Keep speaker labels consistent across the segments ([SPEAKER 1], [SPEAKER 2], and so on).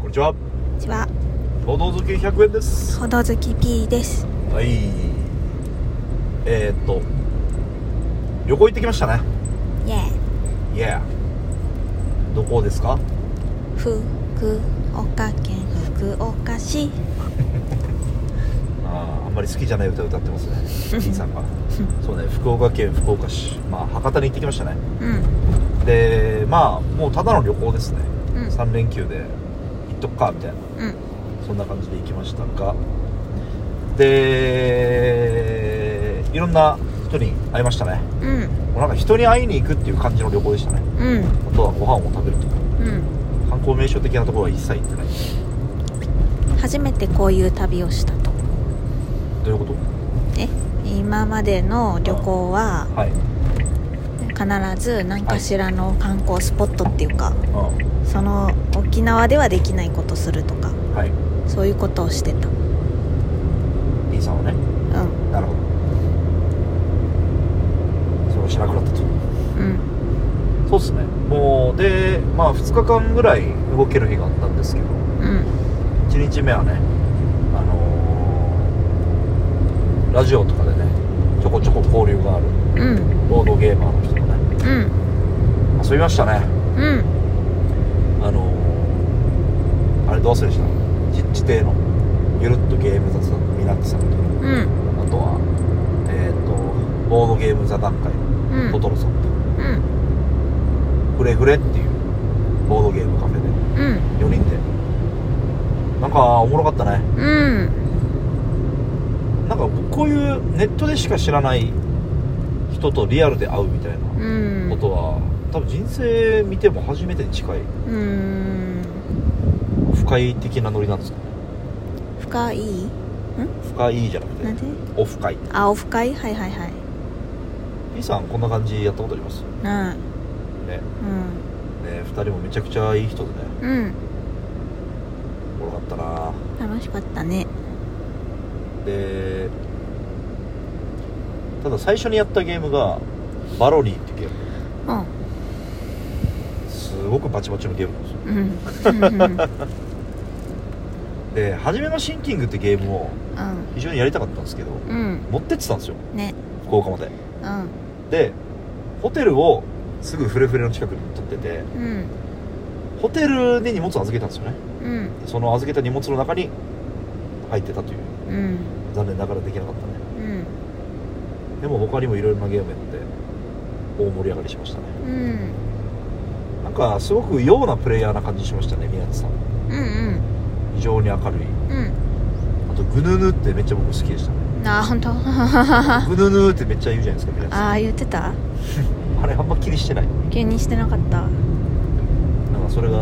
[SPEAKER 1] こんにちは
[SPEAKER 2] こんにちは
[SPEAKER 1] 報道好き100円です
[SPEAKER 2] ほどずき P です
[SPEAKER 1] はいえー、っと旅行行ってきましたね
[SPEAKER 2] イェー
[SPEAKER 1] イエーどこですか
[SPEAKER 2] 福岡県福岡市
[SPEAKER 1] あーあんまり好きじゃない歌歌ってますね P さんがそうね福岡県福岡市まあ博多に行ってきましたね
[SPEAKER 2] うん
[SPEAKER 1] でまあもうただの旅行ですね、
[SPEAKER 2] うん
[SPEAKER 1] 3連休で行っとくかみたいな
[SPEAKER 2] うん
[SPEAKER 1] そんな感じで行きましたがでいろんな人に会いましたね
[SPEAKER 2] うん
[SPEAKER 1] もうなんか人に会いに行くっていう感じの旅行でしたね
[SPEAKER 2] うん
[SPEAKER 1] あとはご飯を食べるとか
[SPEAKER 2] うん
[SPEAKER 1] 観光名所的なところは一切行ってない
[SPEAKER 2] 初めてこういう旅をしたと
[SPEAKER 1] どういうこ
[SPEAKER 2] え今までの旅行は
[SPEAKER 1] とはい
[SPEAKER 2] 必ず何かしらの観光スポットっていうか
[SPEAKER 1] う
[SPEAKER 2] その沖縄ではできないことするとか
[SPEAKER 1] んはい
[SPEAKER 2] そういうことをしてた
[SPEAKER 1] B さんはね
[SPEAKER 2] うん
[SPEAKER 1] なるほどそれをしなくなったと
[SPEAKER 2] うん
[SPEAKER 1] そうっすねもうでまあ2日間ぐらい動ける日があったんですけど
[SPEAKER 2] うん
[SPEAKER 1] 1日目はねあのーラジオとかでねちょこちょこ交流がある
[SPEAKER 2] うん
[SPEAKER 1] ボードゲーマーの人とね
[SPEAKER 2] うん
[SPEAKER 1] 遊びましたね
[SPEAKER 2] うん
[SPEAKER 1] あのーあれどう忘れしたち地底のゆるっとゲーム雑談のミナッチさんと
[SPEAKER 2] うん
[SPEAKER 1] あとはえっ、とボードゲーム座談会の
[SPEAKER 2] うん
[SPEAKER 1] トトロさんと
[SPEAKER 2] うん
[SPEAKER 1] フレフレっていうボードゲームカフェで
[SPEAKER 2] うん
[SPEAKER 1] 4人でなんかおもろかったね
[SPEAKER 2] うん
[SPEAKER 1] なんかこういうネットでしか知らない人とリアルで会うみたいな
[SPEAKER 2] うん
[SPEAKER 1] ことは多分人生見ても初めてに近い
[SPEAKER 2] うん
[SPEAKER 1] 不快的なノリなんですかね
[SPEAKER 2] 深い
[SPEAKER 1] 不快じゃなく
[SPEAKER 2] なん
[SPEAKER 1] て
[SPEAKER 2] で
[SPEAKER 1] オフ会
[SPEAKER 2] あお深いはいはいはい
[SPEAKER 1] P さんこんな感じやったことありますね
[SPEAKER 2] ない
[SPEAKER 1] ね
[SPEAKER 2] うん
[SPEAKER 1] 2人もめちゃくちゃいい人でね
[SPEAKER 2] うん
[SPEAKER 1] おもろかったな
[SPEAKER 2] 楽しかったね
[SPEAKER 1] でただ最初にやったゲームがバロニーっていうゲーム
[SPEAKER 2] う
[SPEAKER 1] すごくバチバチのゲームなんですよ
[SPEAKER 2] んうんうん
[SPEAKER 1] で「はじめまシンキング」ってゲームを非常にやりたかったんですけど
[SPEAKER 2] うん
[SPEAKER 1] 持ってってたんですよ
[SPEAKER 2] ね
[SPEAKER 1] 福岡まで
[SPEAKER 2] うん
[SPEAKER 1] でホテルをすぐフレフレの近くに取ってて
[SPEAKER 2] うん
[SPEAKER 1] ホテルに荷物を預けたんですよね
[SPEAKER 2] うん
[SPEAKER 1] その預けた荷物の中に入ってたという
[SPEAKER 2] うん
[SPEAKER 1] 残念ながらできなかったね
[SPEAKER 2] うん
[SPEAKER 1] でも他にもいろいろなゲームやって大盛り上がりしましたね
[SPEAKER 2] うん
[SPEAKER 1] なんかすごくようなプレイヤーな感じしましたね宮地さん
[SPEAKER 2] うん
[SPEAKER 1] 非常に明るい
[SPEAKER 2] うん
[SPEAKER 1] あとグヌヌってめっちゃ僕好きでしたね
[SPEAKER 2] うんあ本当
[SPEAKER 1] グ ヌヌってめっちゃ言うじゃないですか宮地さん
[SPEAKER 2] ああ言ってた
[SPEAKER 1] あれあんま気にしてない
[SPEAKER 2] 気にしてなかった
[SPEAKER 1] なんかそれが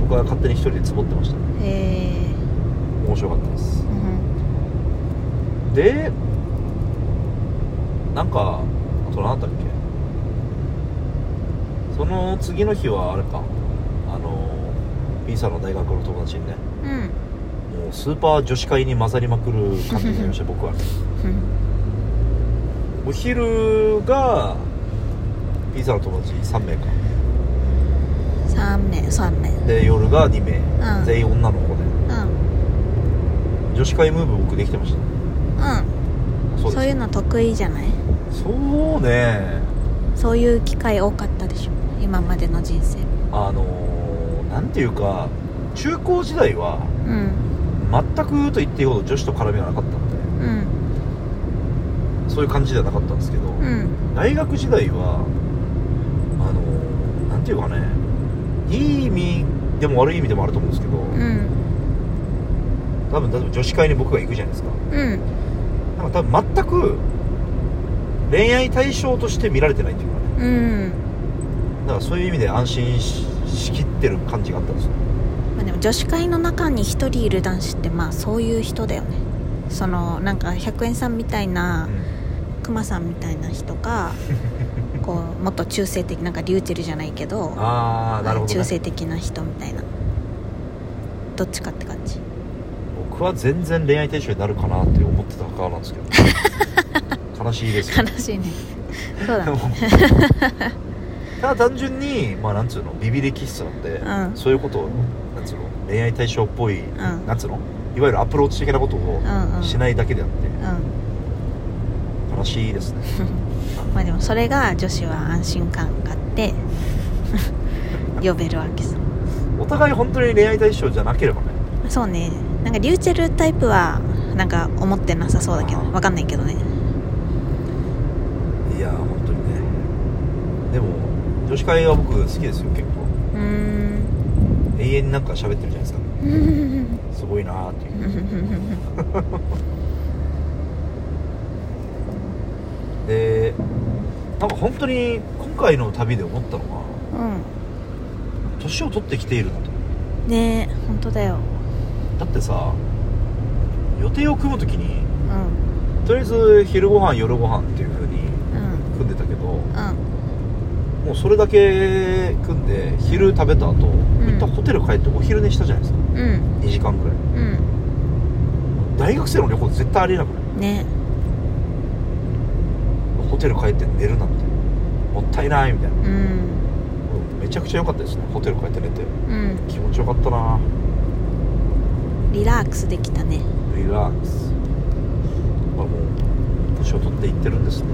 [SPEAKER 1] 僕は勝手に一人でツボってましたね
[SPEAKER 2] へえ
[SPEAKER 1] 面白かったです
[SPEAKER 2] うん
[SPEAKER 1] でなんかあと何だったっけその次の日はあれかあの B さんの大学の友達にね
[SPEAKER 2] うん
[SPEAKER 1] もうスーパー女子会に混ざりまくる感じになりました僕は
[SPEAKER 2] うん
[SPEAKER 1] お昼が B さんの友達3名か
[SPEAKER 2] 三名三名
[SPEAKER 1] で夜が2名、
[SPEAKER 2] うん
[SPEAKER 1] 全員女の子で
[SPEAKER 2] うん
[SPEAKER 1] 女子会ムーブ僕できてましたね
[SPEAKER 2] う
[SPEAKER 1] そ
[SPEAKER 2] ん
[SPEAKER 1] う
[SPEAKER 2] そう
[SPEAKER 1] で
[SPEAKER 2] いうの得意じゃない
[SPEAKER 1] すそうね
[SPEAKER 2] そういう機会多かったでしょ今までの人生
[SPEAKER 1] あのーなんていうか中高時代は
[SPEAKER 2] うん
[SPEAKER 1] 全くと言っていいほど女子と絡みがなかったんで
[SPEAKER 2] うん
[SPEAKER 1] そういう感じではなかったんですけど、
[SPEAKER 2] うん
[SPEAKER 1] 大学時代はあのなんていうかねいい意味でも悪い意味でもあると思うんですけど、
[SPEAKER 2] うん
[SPEAKER 1] 多分多分女子会に僕が行くじゃないですか
[SPEAKER 2] うん
[SPEAKER 1] なんか多分全く恋愛対象として見られてないっていうかね
[SPEAKER 2] うん
[SPEAKER 1] だからそういう意味で安心ししきってる感じがあったんですよ
[SPEAKER 2] まあ、でも女子会の中に一人いる男子ってまあそういう人だよねそのなんか100円さんみたいなクマさんみたいな人 がこうもっと中性的なんかリューチェルじゃないけど
[SPEAKER 1] ああなるほど、ね、
[SPEAKER 2] 中性的な人みたいなどっちかって感 じ
[SPEAKER 1] 僕は全然恋愛対象になるかなって思ってた側なんですけ ど悲しいですよ
[SPEAKER 2] 悲しいねそうだね
[SPEAKER 1] でも確ただ単純にまあなんつうのビビり喫茶なんで、
[SPEAKER 2] うん
[SPEAKER 1] そういうことをなんつうの恋愛対象っぽい、
[SPEAKER 2] ん
[SPEAKER 1] なんつうのいわゆるアプローチ的なことを
[SPEAKER 2] んうん
[SPEAKER 1] しないだけであって、
[SPEAKER 2] う
[SPEAKER 1] 楽しいです ね
[SPEAKER 2] んまあでもそれが女子は安心感があって 呼べるわけさ
[SPEAKER 1] お互い本当に恋愛対象じゃなければね
[SPEAKER 2] そうねなんかリューチェルタイプはなんか思ってなさそうだけどわかんないけどね
[SPEAKER 1] いやー本当にねでも女子会は僕好きですよ結構
[SPEAKER 2] うーん
[SPEAKER 1] 永遠になんか喋ってるじゃないですかすごいなーっていうでなんか本当に今回の旅で思ったのは
[SPEAKER 2] う
[SPEAKER 1] 年を取ってきているなと
[SPEAKER 2] んねえ本当だよ
[SPEAKER 1] だってさ予定を組む時に
[SPEAKER 2] うん
[SPEAKER 1] とりあえず昼ご飯夜ご飯っていう風に
[SPEAKER 2] うん
[SPEAKER 1] 組んでたけども
[SPEAKER 2] うん
[SPEAKER 1] うそれだけ組んで昼食べた後、一旦ホテル帰ってお昼寝したじゃないですか
[SPEAKER 2] うん
[SPEAKER 1] 2時間ぐらい大学生の旅行絶対ありえなくない
[SPEAKER 2] うんね
[SPEAKER 1] ホテル帰って寝るなんてもったいないみたいな
[SPEAKER 2] うん
[SPEAKER 1] うんめちゃくちゃ良かったですねホテル帰って寝て
[SPEAKER 2] うん
[SPEAKER 1] 気持ちよかったな
[SPEAKER 2] リラックスできたね
[SPEAKER 1] リラックスまあもう年を取っていってるんですね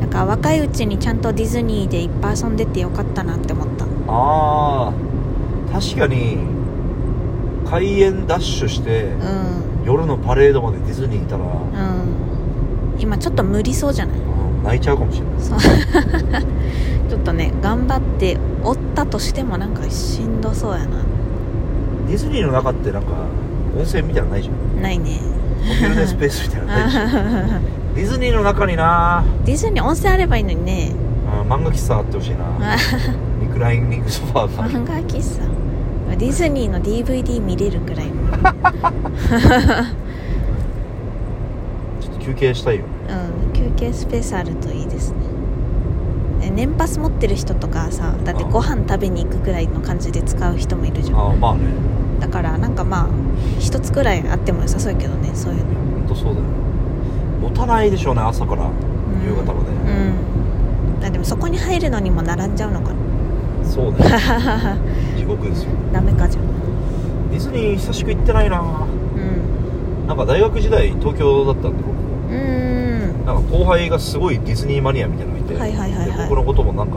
[SPEAKER 2] なんか若いうちにちゃんとディズニーでいっぱい遊んでてよかったなって思った
[SPEAKER 1] ああ確かに開園ダッシュして
[SPEAKER 2] うん
[SPEAKER 1] 夜のパレードまでディズニーいたら、
[SPEAKER 2] うん今ちょっと無理そうじゃない
[SPEAKER 1] うん泣いちゃうかもしれない
[SPEAKER 2] そう ちょっとね頑張っておったとしてもなんかしんどそうやな
[SPEAKER 1] ディズニーの中ってなんか温泉みたいなのないじゃん
[SPEAKER 2] ないね
[SPEAKER 1] お昼寝スペースみたいなのないじゃん ディズニーの中にな
[SPEAKER 2] ディズニー温泉あればいいのにね
[SPEAKER 1] あー漫画喫茶あってほしいなリクライニングソファーが
[SPEAKER 2] 漫画喫茶ディズニーの DVD 見れるくらいのうん
[SPEAKER 1] ちょっと休憩したいよ
[SPEAKER 2] 休憩スペースあるといいですねえ年パス持ってる人とかさだってご飯食べに行くくらいの感じで使う人もいるじゃん
[SPEAKER 1] ああまあね
[SPEAKER 2] だからなんかまあ一つくらいあっても良さそうやけどねそういうの
[SPEAKER 1] ほんとそうだよ持たないでしょうね朝から
[SPEAKER 2] うん
[SPEAKER 1] 夕方まで、
[SPEAKER 2] うんあでもそこに入るのにも並んじゃうのか な
[SPEAKER 1] そうね地獄ですよ
[SPEAKER 2] ダメかじゃん
[SPEAKER 1] ディズニー久しく行ってないな
[SPEAKER 2] うん
[SPEAKER 1] なんか大学時代東京だったんで僕
[SPEAKER 2] うーん
[SPEAKER 1] なんか後輩がすごいディズニーマニアみたいなのがいて、
[SPEAKER 2] はいはいはいはい
[SPEAKER 1] で僕のこともなんか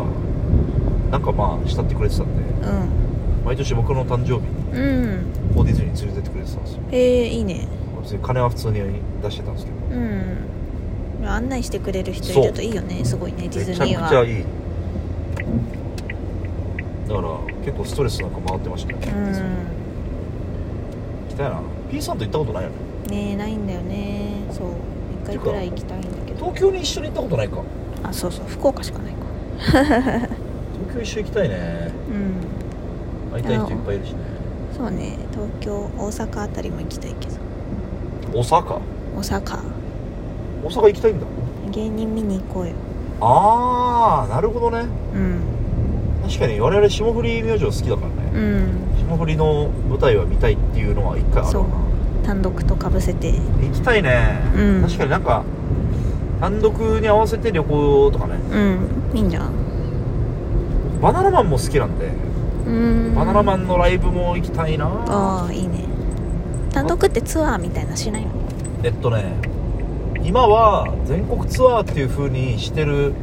[SPEAKER 1] なんかまあ慕ってくれてたんで
[SPEAKER 2] うん
[SPEAKER 1] 毎年僕の誕生日に
[SPEAKER 2] うん
[SPEAKER 1] こうディズニー連れてってくれてたんですよ
[SPEAKER 2] えー、いいね
[SPEAKER 1] 別に金は普通に出してたんですけど
[SPEAKER 2] うん案内してくれる人いるといいよねすごいねディズ
[SPEAKER 1] めち
[SPEAKER 2] ニー
[SPEAKER 1] ゃくちゃ
[SPEAKER 2] はい
[SPEAKER 1] いだから結構ストレスなんか回ってましたねデ
[SPEAKER 2] う
[SPEAKER 1] ィズニー
[SPEAKER 2] ん
[SPEAKER 1] 行きたいな P さんと行ったことないよね
[SPEAKER 2] ねえないんだよねそう一回くらい行きたいんだけど
[SPEAKER 1] 東京に一緒に行ったことないか
[SPEAKER 2] あそうそう福岡しかないか
[SPEAKER 1] 東京一緒に行きたいね
[SPEAKER 2] うん
[SPEAKER 1] 会いたい人いっぱいいるしね
[SPEAKER 2] そうね東京大阪あたりも行きたいけど
[SPEAKER 1] 大阪
[SPEAKER 2] 大阪
[SPEAKER 1] 大阪行きたいんだ
[SPEAKER 2] 芸人見に行こうよ
[SPEAKER 1] ああなるほどね
[SPEAKER 2] うん
[SPEAKER 1] 確かに我々霜降り明星好きだからね
[SPEAKER 2] うん
[SPEAKER 1] 霜降りの舞台は見たいっていうのは一回ある
[SPEAKER 2] そう
[SPEAKER 1] わ
[SPEAKER 2] 単独とかぶせて
[SPEAKER 1] な行きたいね、
[SPEAKER 2] うん
[SPEAKER 1] 確かになんか単独に合わせて旅行とかね
[SPEAKER 2] うんいいんじゃん
[SPEAKER 1] バナナマンも好きなんで
[SPEAKER 2] うん
[SPEAKER 1] バナナマンのライブも行きたいな
[SPEAKER 2] ああいいね単独ってツアーみたいなしないの
[SPEAKER 1] えっとね今は全国ツアーっていう風にしてる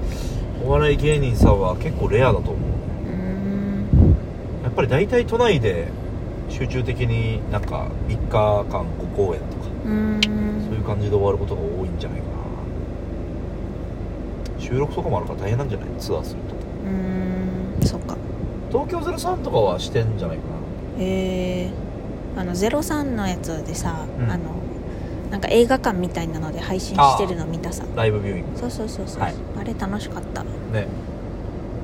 [SPEAKER 1] お笑い芸人さんは結構レアだと思う
[SPEAKER 2] うん
[SPEAKER 1] やっぱり大体都内で集中的になんか3日間5公演とか
[SPEAKER 2] うん
[SPEAKER 1] そういう感じで終わることが多いんじゃないかな収録とかもあるから大変なんじゃないツアーすると
[SPEAKER 2] うんそうか
[SPEAKER 1] 東京03とかはしてんじゃないかな
[SPEAKER 2] へえあの「03」のやつでさ、
[SPEAKER 1] うん
[SPEAKER 2] あのなんか映画館みたいなので配信してるの見たさ
[SPEAKER 1] ライブビューイング
[SPEAKER 2] そうそうそうそう、
[SPEAKER 1] はい
[SPEAKER 2] あれ楽しかった
[SPEAKER 1] ね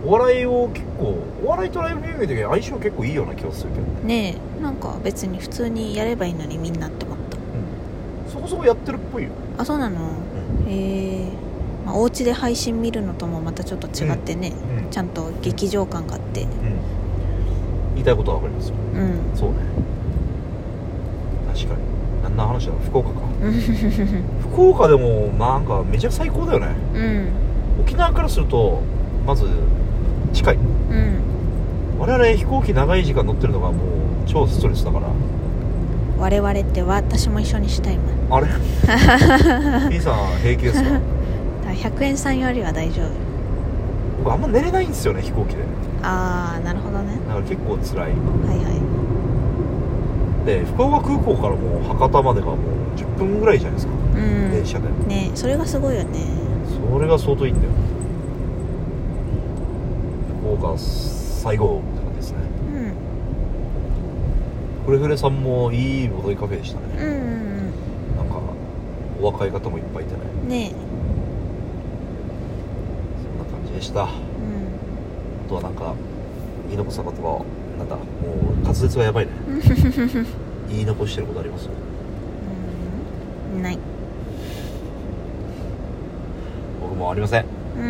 [SPEAKER 1] お笑いを結構お笑いとライブビューイングって相性結構いいような気がするけどね、
[SPEAKER 2] ねえなんか別に普通にやればいいのにみんなって思った
[SPEAKER 1] そこそこやってるっぽいよ、
[SPEAKER 2] あそうなのへえ、まあ、お家で配信見るのともまたちょっと違ってね、
[SPEAKER 1] うん
[SPEAKER 2] ちゃんと劇場感があって
[SPEAKER 1] うん、言いたいことは分かりますよ
[SPEAKER 2] うん
[SPEAKER 1] そうね確かに何の話だ福岡か福岡でもなんかめちゃ最高だよね
[SPEAKER 2] うん
[SPEAKER 1] 沖縄からするとまず近い
[SPEAKER 2] うん
[SPEAKER 1] 我々飛行機長い時間乗ってるのがもう超ストレスだから
[SPEAKER 2] 我々って私も一緒にしたい今
[SPEAKER 1] あ れ P さん平気ですか
[SPEAKER 2] だから100円さんよりは大丈夫
[SPEAKER 1] 僕あんま寝れないんですよね飛行機で
[SPEAKER 2] ああなるほどね
[SPEAKER 1] だから結構辛い
[SPEAKER 2] はいは
[SPEAKER 1] で福岡空港からもう博多までがもう10分ぐらいじゃないですか、
[SPEAKER 2] いうん
[SPEAKER 1] 電車で
[SPEAKER 2] ねそれがすごいよね
[SPEAKER 1] それが相当いいんだよ福岡最後って感じですね
[SPEAKER 2] うん
[SPEAKER 1] フレフレさんもいい戻りカフェでした
[SPEAKER 2] うんう
[SPEAKER 1] ね、
[SPEAKER 2] ん
[SPEAKER 1] なんかお若い方もいっぱいいてね
[SPEAKER 2] うんね
[SPEAKER 1] そんな感じでしたあ
[SPEAKER 2] う
[SPEAKER 1] とはなんか言い残したことはなんだもう滑舌がやばいね言い残してることあります
[SPEAKER 2] んうんない
[SPEAKER 1] 僕もありません
[SPEAKER 2] うん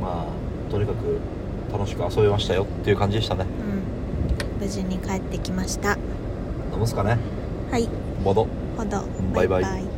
[SPEAKER 1] まあとにかく楽しく遊べましたよっていう感じでしたね
[SPEAKER 2] うん無事に帰ってきました
[SPEAKER 1] 飲むっすかね
[SPEAKER 2] はい
[SPEAKER 1] ボド
[SPEAKER 2] ほど
[SPEAKER 1] バイバイ
[SPEAKER 2] イ